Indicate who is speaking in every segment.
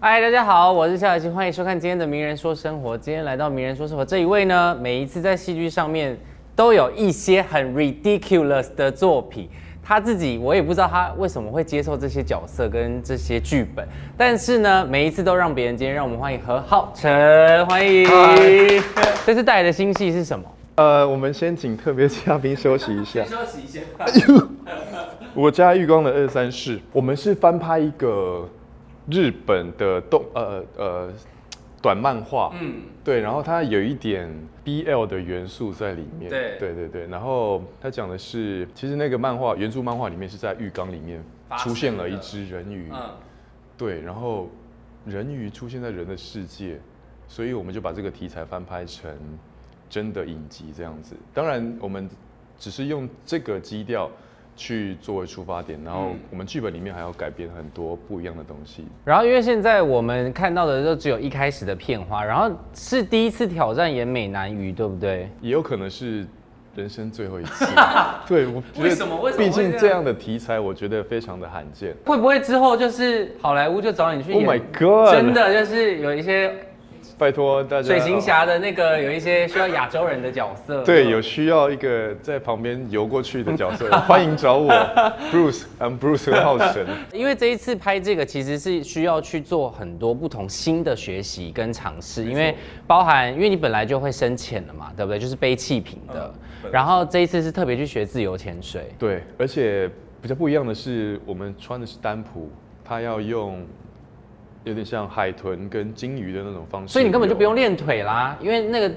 Speaker 1: 嗨，大家好，我是夏小琪，欢迎收看今天的《名人说生活》。今天来到《名人说生活》这一位呢，每一次在戏剧上面都有一些很 ridiculous 的作品。他自己我也不知道他为什么会接受这些角色跟这些剧本，但是呢，每一次都让别人接。让我们欢迎何浩晨，欢迎
Speaker 2: 嗨。
Speaker 1: 这次带来的新戏是什么？
Speaker 2: 呃，我们先请特别嘉宾休息 一下。
Speaker 1: 休息一下。
Speaker 2: 我家浴缸的二三室，我们是翻拍一个日本的动呃呃短漫画，嗯，对，然后它有一点 BL 的元素在里面，
Speaker 1: 对
Speaker 2: 对对对，然后它讲的是，其实那个漫画原著漫画里面是在浴缸里面
Speaker 1: 发生
Speaker 2: 出
Speaker 1: 的
Speaker 2: 现了一只人鱼，
Speaker 1: 嗯，
Speaker 2: 对，然后人鱼出现在人的世界，所以我们就把这个题材翻拍成真的影集这样子。当然，我们只是用这个基调去作为出发点，然
Speaker 1: 嗯
Speaker 2: 后我们剧本里面还要改编很多不一样的东西。
Speaker 1: 然后因为现在我们看到的就只有一开始的片花，然后是第一次挑战演美男鱼，对不对？
Speaker 2: 也有可能是人生最后一 次。对，我觉得
Speaker 1: 为什么为什么会
Speaker 2: 毕竟
Speaker 1: 这
Speaker 2: 这
Speaker 1: 样
Speaker 2: 样的题材，我觉得非常的罕见。
Speaker 1: 会不会之后就是好莱坞就找你去
Speaker 2: Oh
Speaker 1: 演
Speaker 2: my god！
Speaker 1: 真，的就是有一些
Speaker 2: 拜托大家。
Speaker 1: 水行侠的那个有一些需要亚洲人的角色。
Speaker 2: 对，有需要一个在旁边游过去的角 色，欢迎找我，Bruce，I'm Bruce 何浩晨。
Speaker 1: 因为这一次拍这个其实是需要去做很多不同新的学习跟尝试，因为包含因为你本来就会深潜了嘛，对不对？就是背气瓶的，
Speaker 2: 嗯
Speaker 1: 然后这一次是特别去学自由潜水。
Speaker 2: 对，而且比较不一样的是，我们穿的是单蹼，它要用有点像海豚跟鲸鱼的那种方式，
Speaker 1: 所以你根本就不用。练腿啦，因为那个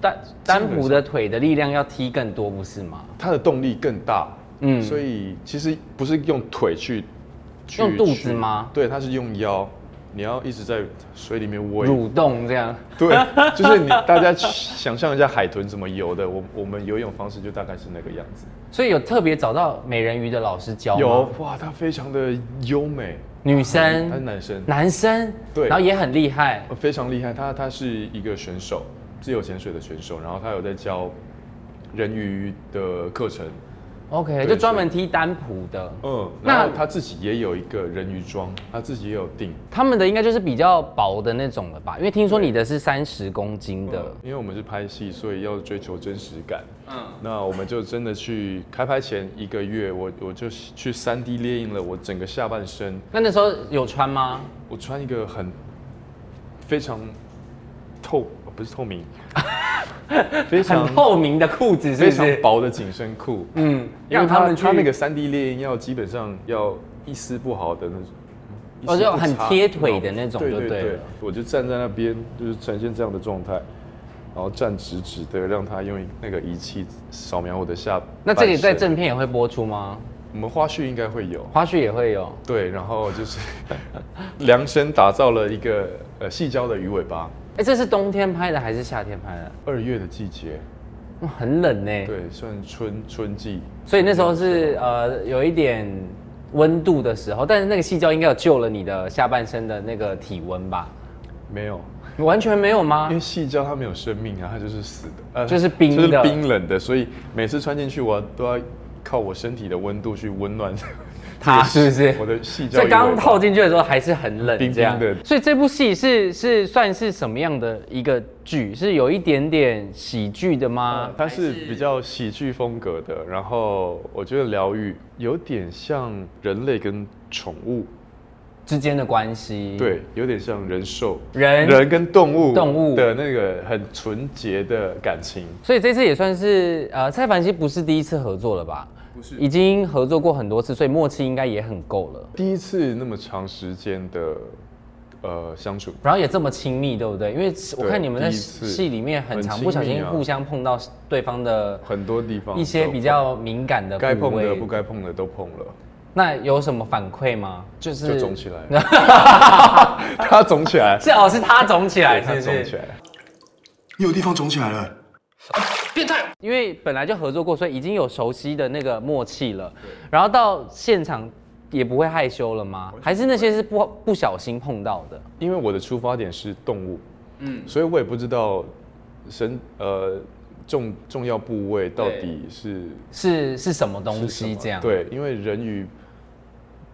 Speaker 1: 单单蹼的腿的力量要踢更多，不是吗？
Speaker 2: 它的动力更大，
Speaker 1: 嗯
Speaker 2: 嗯，所以其实不是用腿去，去
Speaker 1: 用肚子
Speaker 2: 去
Speaker 1: 吗
Speaker 2: 对，它是用腰，你要一直在水里面喂。
Speaker 1: 蠕动这样。
Speaker 2: 对，就是你大家想象一下海豚怎么游的，我我们游泳方式就大概是那个样子。
Speaker 1: 所以有特别找到美人鱼的老师教吗
Speaker 2: 有哇，他非常的优美，
Speaker 1: 女
Speaker 2: 他是
Speaker 1: 生、
Speaker 2: 男生，
Speaker 1: 男生，
Speaker 2: 对
Speaker 1: 然后也很厉害。
Speaker 2: 非常厉害。他他是一个选手，自由潜水的选手，然后他有在教人鱼的课程，
Speaker 1: OK，
Speaker 2: 对
Speaker 1: 就专门踢单蹼的。
Speaker 2: 嗯，
Speaker 1: 那
Speaker 2: 然后他自己也有一个人鱼装，他自己也有定
Speaker 1: 他们的应该就是比较薄的那种了吧？因为听说你的是三十公斤的
Speaker 2: 的，，因为我们是拍戏，所以要追求真实感。嗯，那我们就真的去开拍前一个月，我我就去3 D 列印了我整个下半身，
Speaker 1: 那那时候有穿吗？
Speaker 2: 我穿一个很非常透，哦不是 透明，非常
Speaker 1: 很透明的裤子是
Speaker 2: 非
Speaker 1: 不
Speaker 2: 常
Speaker 1: 是？
Speaker 2: 薄的紧身裤，
Speaker 1: 嗯，
Speaker 2: 因
Speaker 1: 让
Speaker 2: 为
Speaker 1: 他们去
Speaker 2: 它它那个三 D 猎鹰要基本上要一丝不毫的那种。
Speaker 1: 哦
Speaker 2: 一丝不
Speaker 1: 就
Speaker 2: 差
Speaker 1: 很贴腿的那种
Speaker 2: 对
Speaker 1: 就对
Speaker 2: 对
Speaker 1: 了
Speaker 2: 对，我就站在那边，就是呈现这样的状态，然后站直直的，让它用那个仪器扫描我的下半身。
Speaker 1: 那这个在正片也会播出吗？
Speaker 2: 我们花絮应该会有，
Speaker 1: 花絮也会有。
Speaker 2: 对，然后就是 量身打造了一个呃细胶的鱼尾巴，
Speaker 1: 哎、这是冬天拍的还是夏天拍的？
Speaker 2: 二月的季节，
Speaker 1: 哇很冷欸呢，
Speaker 2: 对，算春春季，
Speaker 1: 所以那时候是呃有一点温度的时候，但是那个细胶应该有救了你的下半身的那个体温吧？
Speaker 2: 没有，
Speaker 1: 你完全没有吗
Speaker 2: 因为？细胶它没有生命啊，它就是死的，呃
Speaker 1: 啊就是冰
Speaker 2: 就是
Speaker 1: 的
Speaker 2: 冰冷的，所以每次穿进去我都要靠我身体的温度去温暖
Speaker 1: 它是不是
Speaker 2: 我的细
Speaker 1: 所
Speaker 2: 胶有
Speaker 1: 以
Speaker 2: 尾巴，
Speaker 1: 刚刚套进去的时候还是很冷，
Speaker 2: 冰
Speaker 1: 这样。
Speaker 2: 冰的
Speaker 1: 所以这部戏是是算是什么样的一个剧？是有一点点喜剧的吗？
Speaker 2: 呃它是比较喜剧风格的，然后我觉得疗愈有点像人类跟宠物，
Speaker 1: 之间的关系。，
Speaker 2: 对，有点像人兽。
Speaker 1: 嗯人
Speaker 2: 人跟动物
Speaker 1: 动物
Speaker 2: 的那个很纯洁的感情，
Speaker 1: 所以这次也算是呃，蔡凡熙不是第一次合作了吧？
Speaker 2: 不是
Speaker 1: 已经合作过很多次，所以默契应该也很够了。
Speaker 2: 第一次那么长时间的呃相处，
Speaker 1: 然后也这么亲密，对不对？因为我看你们在
Speaker 2: 第一次
Speaker 1: 戏里面很常
Speaker 2: 很亲密啊
Speaker 1: 不小心互相碰到对方的
Speaker 2: 很多地方
Speaker 1: 一些
Speaker 2: 都
Speaker 1: 比较敏感的
Speaker 2: 该
Speaker 1: 部
Speaker 2: 碰的
Speaker 1: 位
Speaker 2: 不，该碰的都碰了，
Speaker 1: 那有什么反馈吗？就是
Speaker 2: 就肿起 来了。它肿起来，
Speaker 1: 是哦，是他肿起来，
Speaker 2: 对它
Speaker 1: 是不
Speaker 2: 肿起
Speaker 1: 是？
Speaker 2: 来。
Speaker 3: 你有地方肿起来了。
Speaker 1: 因为本来就合作过，所以已经有熟悉的那个默契了。然后到现场也不会害羞了吗？还是那些是不不小心碰到的？
Speaker 2: 因为我的出发点是动物，嗯，所以我也不知道神呃重重要部位到底是
Speaker 1: 是是什么东
Speaker 2: 是什
Speaker 1: 西
Speaker 2: 么
Speaker 1: 这样？
Speaker 2: 对，因为人鱼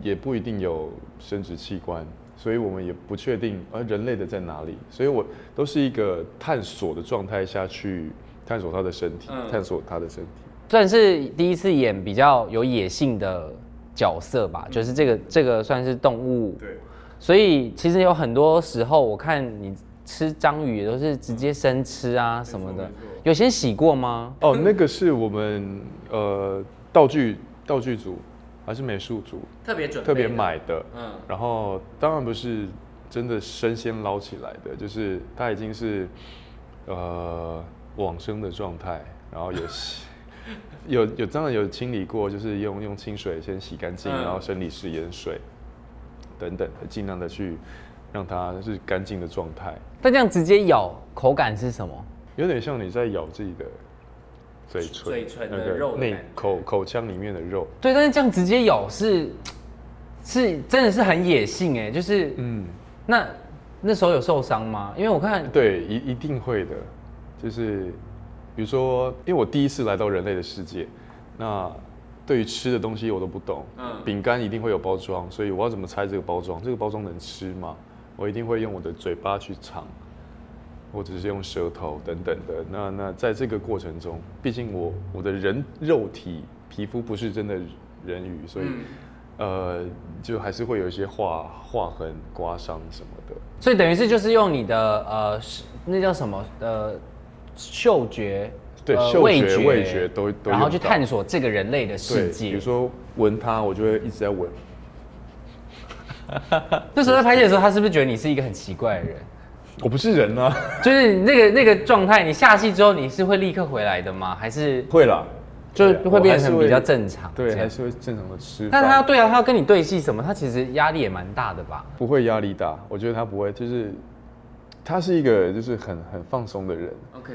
Speaker 2: 也不一定有生殖器官，所以我们也不确定呃人类的在哪里，所以我都是一个探索的状态下去探索他的身体，
Speaker 1: 嗯
Speaker 2: 探索他的身体。
Speaker 1: 算是第一次演比较有野性的角色吧，就是这个这个算是动物，
Speaker 2: 嗯对，
Speaker 1: 所以其实有很多时候我看你吃章鱼也都是直接生吃啊什么的
Speaker 2: 没错没错，
Speaker 1: 有先洗过 吗？
Speaker 2: 哦，那个是我们呃道具道具组还是美术组
Speaker 1: 特别准
Speaker 2: 特别，买的，
Speaker 1: 嗯，
Speaker 2: 然后当然不是真的生鲜捞起来的，就是它已经是呃往生的状态，然后有洗有有当然有清理过，就是用用清水先洗干净，
Speaker 1: 嗯
Speaker 2: 然后生理食盐水等等的，尽量的去让它是干净的状态，
Speaker 1: 但这样直接咬口感是什么？
Speaker 2: 有点像你在咬自己的嘴唇，
Speaker 1: 嘴唇的
Speaker 2: 那个
Speaker 1: 肉的
Speaker 2: 内
Speaker 1: 感觉
Speaker 2: 口口腔里面的肉，
Speaker 1: 对，但是这样直接咬是是真的是很野性哎，就是
Speaker 2: 嗯。
Speaker 1: 那那时候有受伤吗？因为我看
Speaker 2: 对，一一定会的，就是比如说，因为我第一次来到人类的世界，那对于吃的东西我都不懂，
Speaker 1: 嗯
Speaker 2: 饼干一定会有包装，所以我要怎么拆这个包装？这个包装能吃吗？我一定会用我的嘴巴去尝，我只是用舌头等等的。那那在这个过程中，毕竟我我的人肉体皮肤不是真的人鱼，所以、呃，就还是会有一些划划痕、刮伤什么的。
Speaker 1: 所以等于是就是用你的呃，是那叫什么呃，嗅觉，
Speaker 2: 对
Speaker 1: 呃
Speaker 2: 嗅觉味觉都都
Speaker 1: 然后
Speaker 2: 用
Speaker 1: 去
Speaker 2: 到
Speaker 1: 探索这个人类的世
Speaker 2: 对，比
Speaker 1: 界
Speaker 2: 如。说闻它，我就会一直在闻。
Speaker 1: 那时候在拍戏的时候，他是不是觉得你是一个很奇怪的人？
Speaker 2: 我不是人啊，
Speaker 1: 就是那个那个状态，你下戏之后你是会立刻回来的吗？还是
Speaker 2: 会啦，
Speaker 1: 就
Speaker 2: 对啊
Speaker 1: 会变
Speaker 2: 我还是
Speaker 1: 成
Speaker 2: 会
Speaker 1: 比较正常？
Speaker 2: 对，
Speaker 1: 这样
Speaker 2: 还是会正常的吃饭。
Speaker 1: 但他要对啊，他要跟你对戏什么，他其实压力也蛮大的吧？
Speaker 2: 不会压力大，我觉得他不会，就是他是一个就是很很放松的人。OK，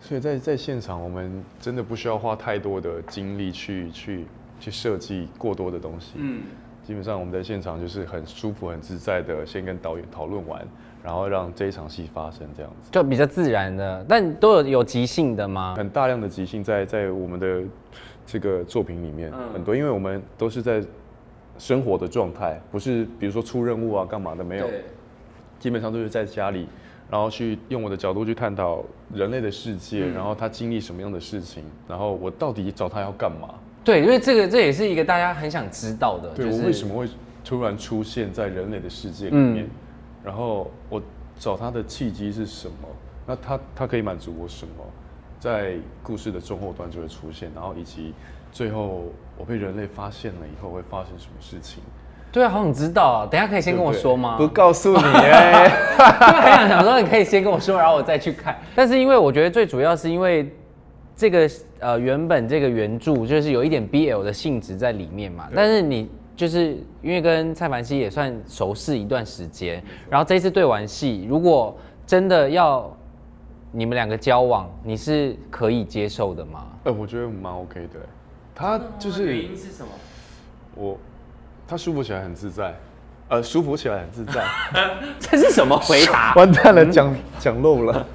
Speaker 2: 所以在在现场，我们真的不需要花太多的精力去去去设计过多的东西。嗯，基本上我们在现场就是很舒服、很自在的，先跟导演讨论完，然后让这一场戏发生这样子。
Speaker 1: 就比较自然的，但都有有即兴的吗？
Speaker 2: 很大量的即兴在在我们的这个作品里面、很多，因为我们都是在生活的状态，不是比如说出任务啊干嘛的没有，基本上都是在家里，然后去用我的角度去探讨人类的世界，然后他经历什么样的事情，然后我到底找他要干嘛？
Speaker 1: 对，因为这个这也是一个大家很想知道的，
Speaker 2: 对、
Speaker 1: 啊就是
Speaker 2: 我为什么会突然出现在人类的世界里面？
Speaker 1: 嗯
Speaker 2: 然后我找他的契机是什么？那他他可以满足我什么？在故事的中后端就会出现，然后以及最后我被人类发现了以后会发生什么事情？
Speaker 1: 对啊，好想知道啊！等一下可以先跟我
Speaker 2: 对不对
Speaker 1: 说吗？
Speaker 2: 不 告诉你哎、
Speaker 1: 因为很想想说，你可以先跟我说，然后我再去看。 但是因为我觉得最主要是因为这个呃原本这个原著就是有一点 BL 的性质在里面嘛，但是你就是因为跟蔡凡熙也算熟识一段时间，然后这一次对完戏，如果真的要你们两个交往，你是可以接受的吗？
Speaker 2: 呃，我觉得蛮 OK 的、他就是
Speaker 1: 是什么？
Speaker 2: 我，他舒服起来很自在，呃，舒服起来很 自在。
Speaker 1: 这是什么回答
Speaker 2: 完蛋了，讲讲漏了。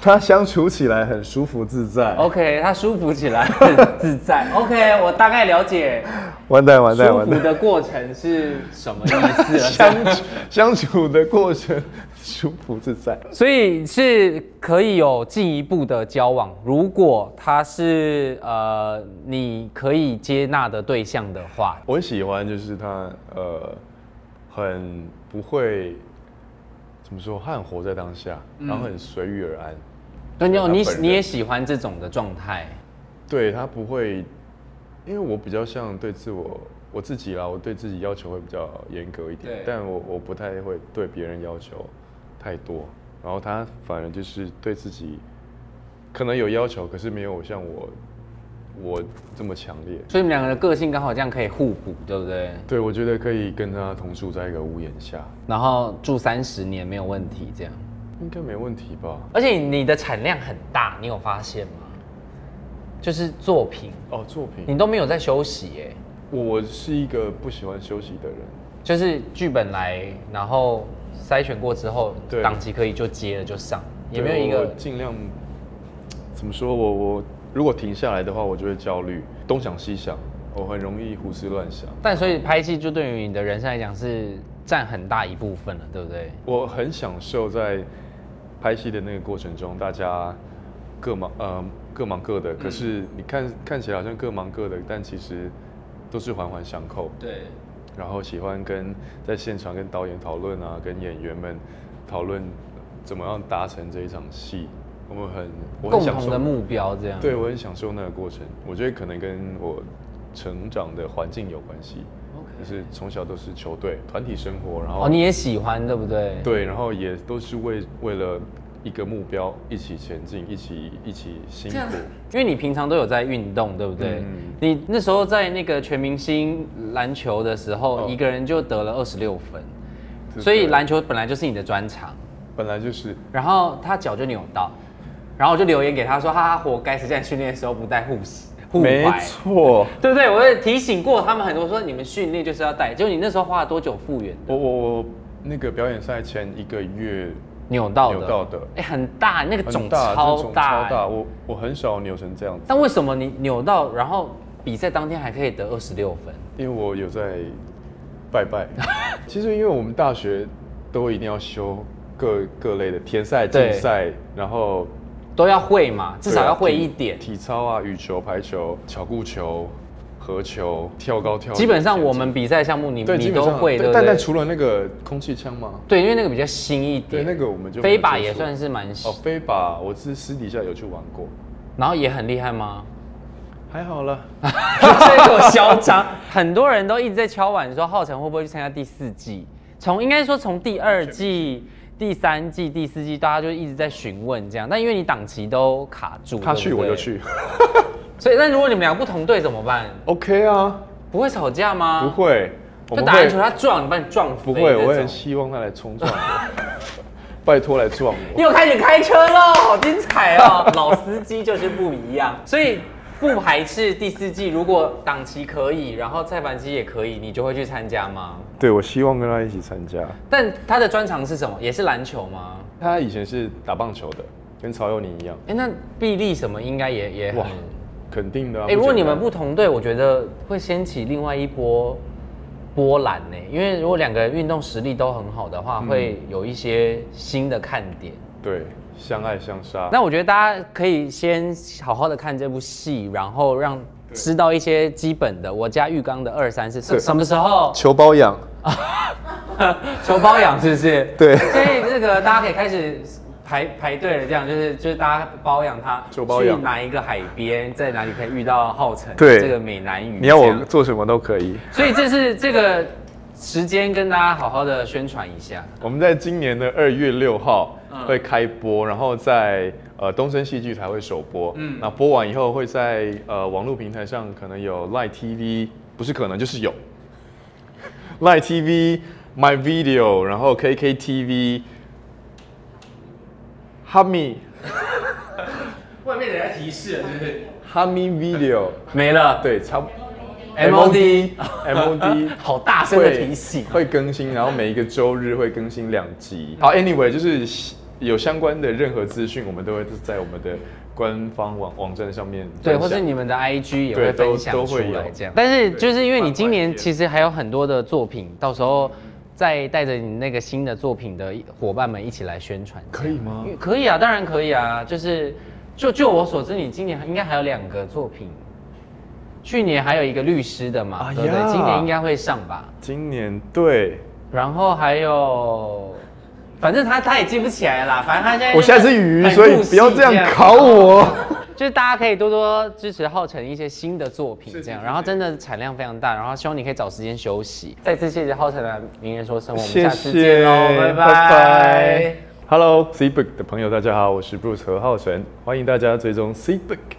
Speaker 2: 他相处起来很舒服自在。
Speaker 1: ？OK，他舒服起来，很自在。OK，我大概了解。
Speaker 2: 完蛋完蛋
Speaker 1: 舒
Speaker 2: 完
Speaker 1: 服
Speaker 2: 蛋！
Speaker 1: 的过程是什么意 思
Speaker 2: 相
Speaker 1: 了？
Speaker 2: 处 相处的过程舒服自在。
Speaker 1: 所以是可以有进一步的交往，如果他是呃你可以接纳的对象的话，
Speaker 2: 我很喜欢，就是他呃，很不会怎么说，他很活在当下，然后很随遇而安。
Speaker 1: 对，你
Speaker 2: 他
Speaker 1: 你
Speaker 2: 本人
Speaker 1: 你也喜欢这种的状态，
Speaker 2: 对他不会，因为我比较像对自我我自己啦，我对自己要求会比较严格一点
Speaker 1: 对，
Speaker 2: 但我我不太会对别人要求太多。然后他反而就是对自己可能有要求，可是没有像我我这么强烈。
Speaker 1: 所以你们两个的个性刚好这样可以互补，对不对？
Speaker 2: 对，我觉得可以跟他同住在一个屋檐下，
Speaker 1: 然后住三十年没有问题，这样。
Speaker 2: 应该没问题吧？
Speaker 1: 而且你的产量很大，你有发现吗？就是作品，
Speaker 2: 哦，作品，
Speaker 1: 你都没有在休息耶、
Speaker 2: 我是一个不喜欢休息的人，
Speaker 1: 就是剧本来，然后筛选过之后，
Speaker 2: 对
Speaker 1: 档期可以就接了就上，也
Speaker 2: 对
Speaker 1: 没有一
Speaker 2: 我
Speaker 1: 个
Speaker 2: 我尽量怎么说？我我如果停下来的话，我就会焦虑，东想西想，我很容易胡思乱想。
Speaker 1: 但所以拍戏就对于你的人生来讲是占很大一部分了，对不对？
Speaker 2: 我很享受在拍戏的那个过程中，大家各忙呃各忙各的，可是
Speaker 1: 嗯
Speaker 2: 你看、看起来好像各忙各的，但其实都是环环相扣。
Speaker 4: 对，
Speaker 2: 然后喜欢跟在现场跟导演讨论啊，跟演员们讨论怎么样达成这一场戏。我们很我很
Speaker 1: 共
Speaker 2: 享
Speaker 1: 同
Speaker 2: 受
Speaker 1: 的目标这样。
Speaker 2: 对，我很享受那个过程。我觉得可能跟我成长的环境有关系
Speaker 4: OK
Speaker 2: 就是从小都是球队、团体生活，然后、
Speaker 1: 哦，你也喜欢对不对？
Speaker 2: 对，然后也都是为为了一个目标一起前进，一起一起辛苦。
Speaker 1: 因为你平常都有在运动，对不对？
Speaker 2: 嗯
Speaker 1: 你那时候在那个全明星篮球的时候，
Speaker 2: 哦
Speaker 1: 一个人就得了二十六分，
Speaker 2: 对
Speaker 1: 所以篮球本来就是你的专长。
Speaker 2: 本来就是
Speaker 1: 然后他脚就扭到，然后我就留言给他说：“哈哈，活该！谁叫你训练的时候不带护膝护
Speaker 2: 没
Speaker 1: 踝？”
Speaker 2: 错，
Speaker 1: 对不对？我也提醒过他们很多，说你们训练就是要带。结果你那时候花了多久复原
Speaker 2: 我我我那个表演赛前一个月
Speaker 1: 扭到的？
Speaker 2: 扭到的
Speaker 1: 哎、很大，那个
Speaker 2: 很
Speaker 1: 肿
Speaker 2: 大，
Speaker 1: 超
Speaker 2: 这种
Speaker 1: 大
Speaker 2: 超
Speaker 1: 哎
Speaker 2: 大，我我很少扭成这样子，
Speaker 1: 但为什么你扭到，然后比赛当天还可以得二十六分？
Speaker 2: 因为我有在 拜拜。其实因为我们大学都一定要修各各类的田赛、
Speaker 1: 对
Speaker 2: 竞赛，然后
Speaker 1: 都要会嘛，至少
Speaker 2: 对啊
Speaker 1: 要会
Speaker 2: 体
Speaker 1: 一点。
Speaker 2: 体操啊、羽球、排球、巧固球、合球、跳高跳远。
Speaker 1: 基本上我
Speaker 2: 田
Speaker 1: 们比赛项目你
Speaker 2: 对，基
Speaker 1: 你
Speaker 2: 本
Speaker 1: 都
Speaker 2: 上
Speaker 1: 会，对
Speaker 2: 对
Speaker 1: 不
Speaker 2: 但
Speaker 1: 对
Speaker 2: 但？除了那个空气枪吗？
Speaker 1: 对，因为那个比较新一点。
Speaker 2: 对，那个我们就没有
Speaker 1: 飞靶
Speaker 2: 接
Speaker 1: 也
Speaker 2: 触
Speaker 1: 算是蛮新，
Speaker 2: 哦，飞靶我是私底下有去玩过，
Speaker 1: 然后也很厉害吗？
Speaker 2: 还 好了。
Speaker 1: 这个嚣张， 很多人都一直在敲碗说浩辰会不会去参加第四季？从应该说从第二季、第三季、第四季，大家就一直在询问这样。但因为你档期都卡住，
Speaker 2: 他去
Speaker 1: 对不
Speaker 2: 我
Speaker 1: 对
Speaker 2: 就。去
Speaker 1: 所以，那如果你们俩不同队怎么办？
Speaker 2: ，OK 啊，
Speaker 1: 不会吵架吗？
Speaker 2: 不。会，
Speaker 1: 啊就
Speaker 2: 我们
Speaker 1: 打篮球
Speaker 2: 会
Speaker 1: 他撞你，把你撞飞。
Speaker 2: 不会，我
Speaker 1: 这种
Speaker 2: 会很希望他来冲撞我， 拜托来撞我。
Speaker 1: 你有开始开车喽，好精彩哦！ 老司机就是不一样，所以不排斥第四季。如果档期可以，然后蔡凡熙也可以，你就会去参加吗？
Speaker 2: 对，我希望跟他一起参加。
Speaker 1: 但他的专长是什么？也是篮球吗？
Speaker 2: 他以前是打棒球的，跟曹佑宁一样。
Speaker 1: 哎、那臂力什么应该也也很
Speaker 2: 哇。，肯定的啊。
Speaker 1: 哎、如果你们
Speaker 2: 简单
Speaker 1: 不同队，我觉得会掀起另外一波波澜呢、因为如果两个人运动实力都很好的话，会有一些新的看点。
Speaker 2: 对相爱相杀，
Speaker 1: 那我觉得大家可以先好好的看这部戏，然后让知道一些基本的。我家浴缸的二三是什
Speaker 2: 对
Speaker 1: 什么时 候
Speaker 2: 求包养。
Speaker 1: 求包养是不是？
Speaker 2: 对
Speaker 1: 所以这个大家可以开始排排队了，这样就是就是大家包养他，
Speaker 2: 求包养
Speaker 1: 去哪一个海边，在哪里可以遇到浩辰
Speaker 2: 对
Speaker 1: 这个美男鱼。
Speaker 2: 你要
Speaker 1: 这
Speaker 2: 我
Speaker 1: 样
Speaker 2: 做什么都可以。
Speaker 1: 所以这是这个时间跟大家好好的宣传一下。
Speaker 2: 我们在今年的二月六号
Speaker 1: 嗯
Speaker 2: 会开播，然后在呃东森戏剧台会首播。嗯，那播完以后会在呃网络平台上可能有 Line TV，不是可能就是有 Line TV、My Video，然后 KKTV、哈密
Speaker 4: 外面人家提示了，就是
Speaker 2: 哈 密 Video，
Speaker 1: 没了，
Speaker 2: 对，差不
Speaker 1: MOD
Speaker 2: MOD
Speaker 1: 好大声的提醒。
Speaker 2: 会更新，然后每一个周日会更新两集。
Speaker 1: 嗯
Speaker 2: 好，Anyway，就是有相关的任何资讯，我们都会在我们的官方网网站上面分
Speaker 1: 对，
Speaker 2: 享
Speaker 1: 或是你们的 IG 也会
Speaker 2: 对都
Speaker 1: 分享
Speaker 2: 都
Speaker 1: 出
Speaker 2: 会有
Speaker 1: 来这样。但是就是因为你今
Speaker 2: 慢
Speaker 1: 年
Speaker 2: 慢
Speaker 1: 其实还有很多的作品，到时候再带着你那个新的作品的伙伴们一起来宣传，
Speaker 2: 可以吗
Speaker 1: 因？为可以啊，当然可以啊。就是就就我所知，你今年应该还有两个作品，去年还有一个律师的嘛，
Speaker 2: 哎
Speaker 1: 对不对？
Speaker 2: 呀
Speaker 1: 今年应该会上吧？
Speaker 2: 今年对
Speaker 1: 然后还有，反正他他也记不起来了啦，反正他现在
Speaker 2: 我现在是鱼，
Speaker 1: 很
Speaker 2: 所以
Speaker 1: 入戏
Speaker 2: 不要这样考我。
Speaker 1: 就是大家可以多多支持浩辰一些新的作品，这样，然后真的产量非常大，然后希望你可以找时间休息。再次谢谢浩辰的名人说声，我们
Speaker 2: 谢
Speaker 1: 下次见
Speaker 2: 谢，
Speaker 1: 喽，拜拜。
Speaker 2: Hello，C Book 的朋友，大家好，我是 Bruce 何浩晨，欢迎大家追踪 C Book。